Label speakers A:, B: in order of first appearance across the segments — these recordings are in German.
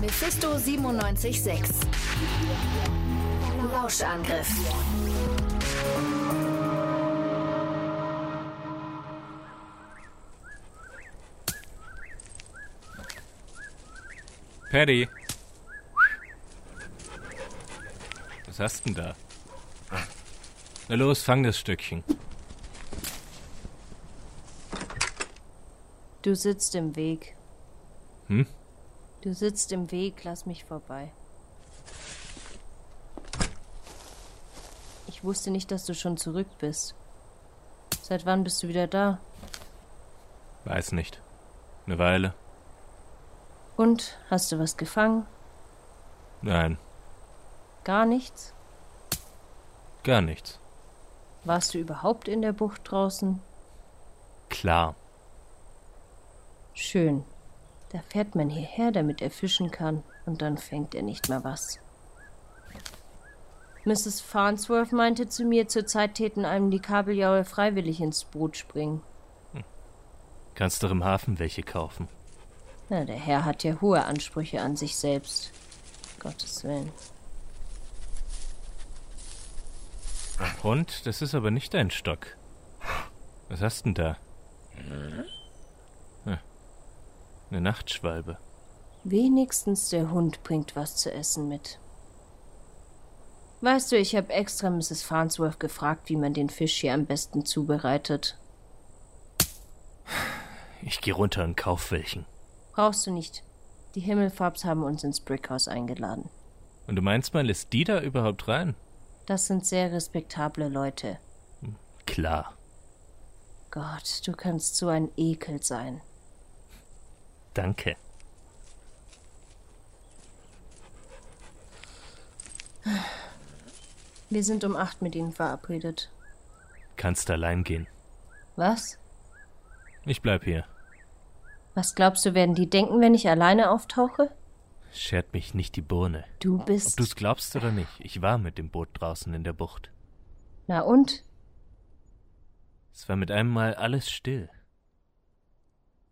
A: Mephisto 97.6. Lauschangriff.
B: Paddy. Was hast denn da? Na los, fang das Stückchen.
C: Du sitzt im Weg.
B: Hm?
C: Du sitzt im Weg, lass mich vorbei. Ich wusste nicht, dass du schon zurück bist. Seit wann bist du wieder da?
B: Weiß nicht. Eine Weile.
C: Und hast du was gefangen?
B: Nein,
C: Gar nichts?
B: gar nichts.
C: Warst du überhaupt in der Bucht draußen?
B: Klar.
C: Schön. Da fährt man hierher, damit er fischen kann, und dann fängt er nicht mehr was. Mrs. Farnsworth meinte zu mir, zurzeit täten einem die Kabeljaue freiwillig ins Boot springen.
B: Kannst doch im Hafen welche kaufen.
C: Na, der Herr hat ja hohe Ansprüche an sich selbst. Gottes Willen.
B: Und das ist aber nicht dein Stock. Was hast denn da? Hm. Eine Nachtschwalbe.
C: Wenigstens der Hund bringt was zu essen mit. Weißt du, ich habe extra Mrs. Farnsworth gefragt, wie man den Fisch hier am besten zubereitet.
B: Ich geh runter und kauf welchen.
C: Brauchst du nicht. Die Himmelfarbs haben uns ins Brickhaus eingeladen.
B: Und du meinst mal, lässt die da überhaupt rein?
C: Das sind sehr respektable Leute.
B: Klar.
C: Gott, du kannst so ein Ekel sein.
B: Danke.
C: Wir sind um acht mit ihnen verabredet.
B: Kannst allein gehen.
C: Was?
B: Ich bleib hier.
C: Was glaubst du, werden die denken, wenn ich alleine auftauche?
B: Schert mich nicht die Birne.
C: Du
B: Ob
C: bist.
B: du's glaubst oder nicht, ich war mit dem Boot draußen in der Bucht.
C: Na und?
B: Es war mit einem Mal alles still.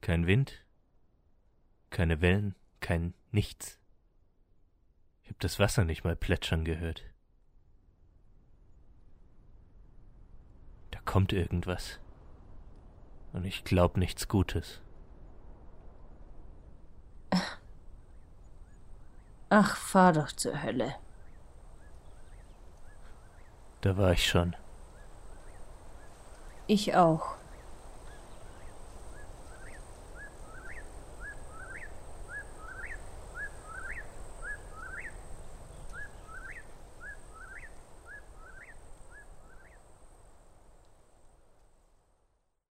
B: Kein Wind, keine Wellen, kein nichts. Ich hab das Wasser nicht mal plätschern gehört. Da kommt irgendwas. Und ich glaub nichts Gutes.
C: Ach, fahr doch zur Hölle.
B: Da war ich schon.
C: Ich auch.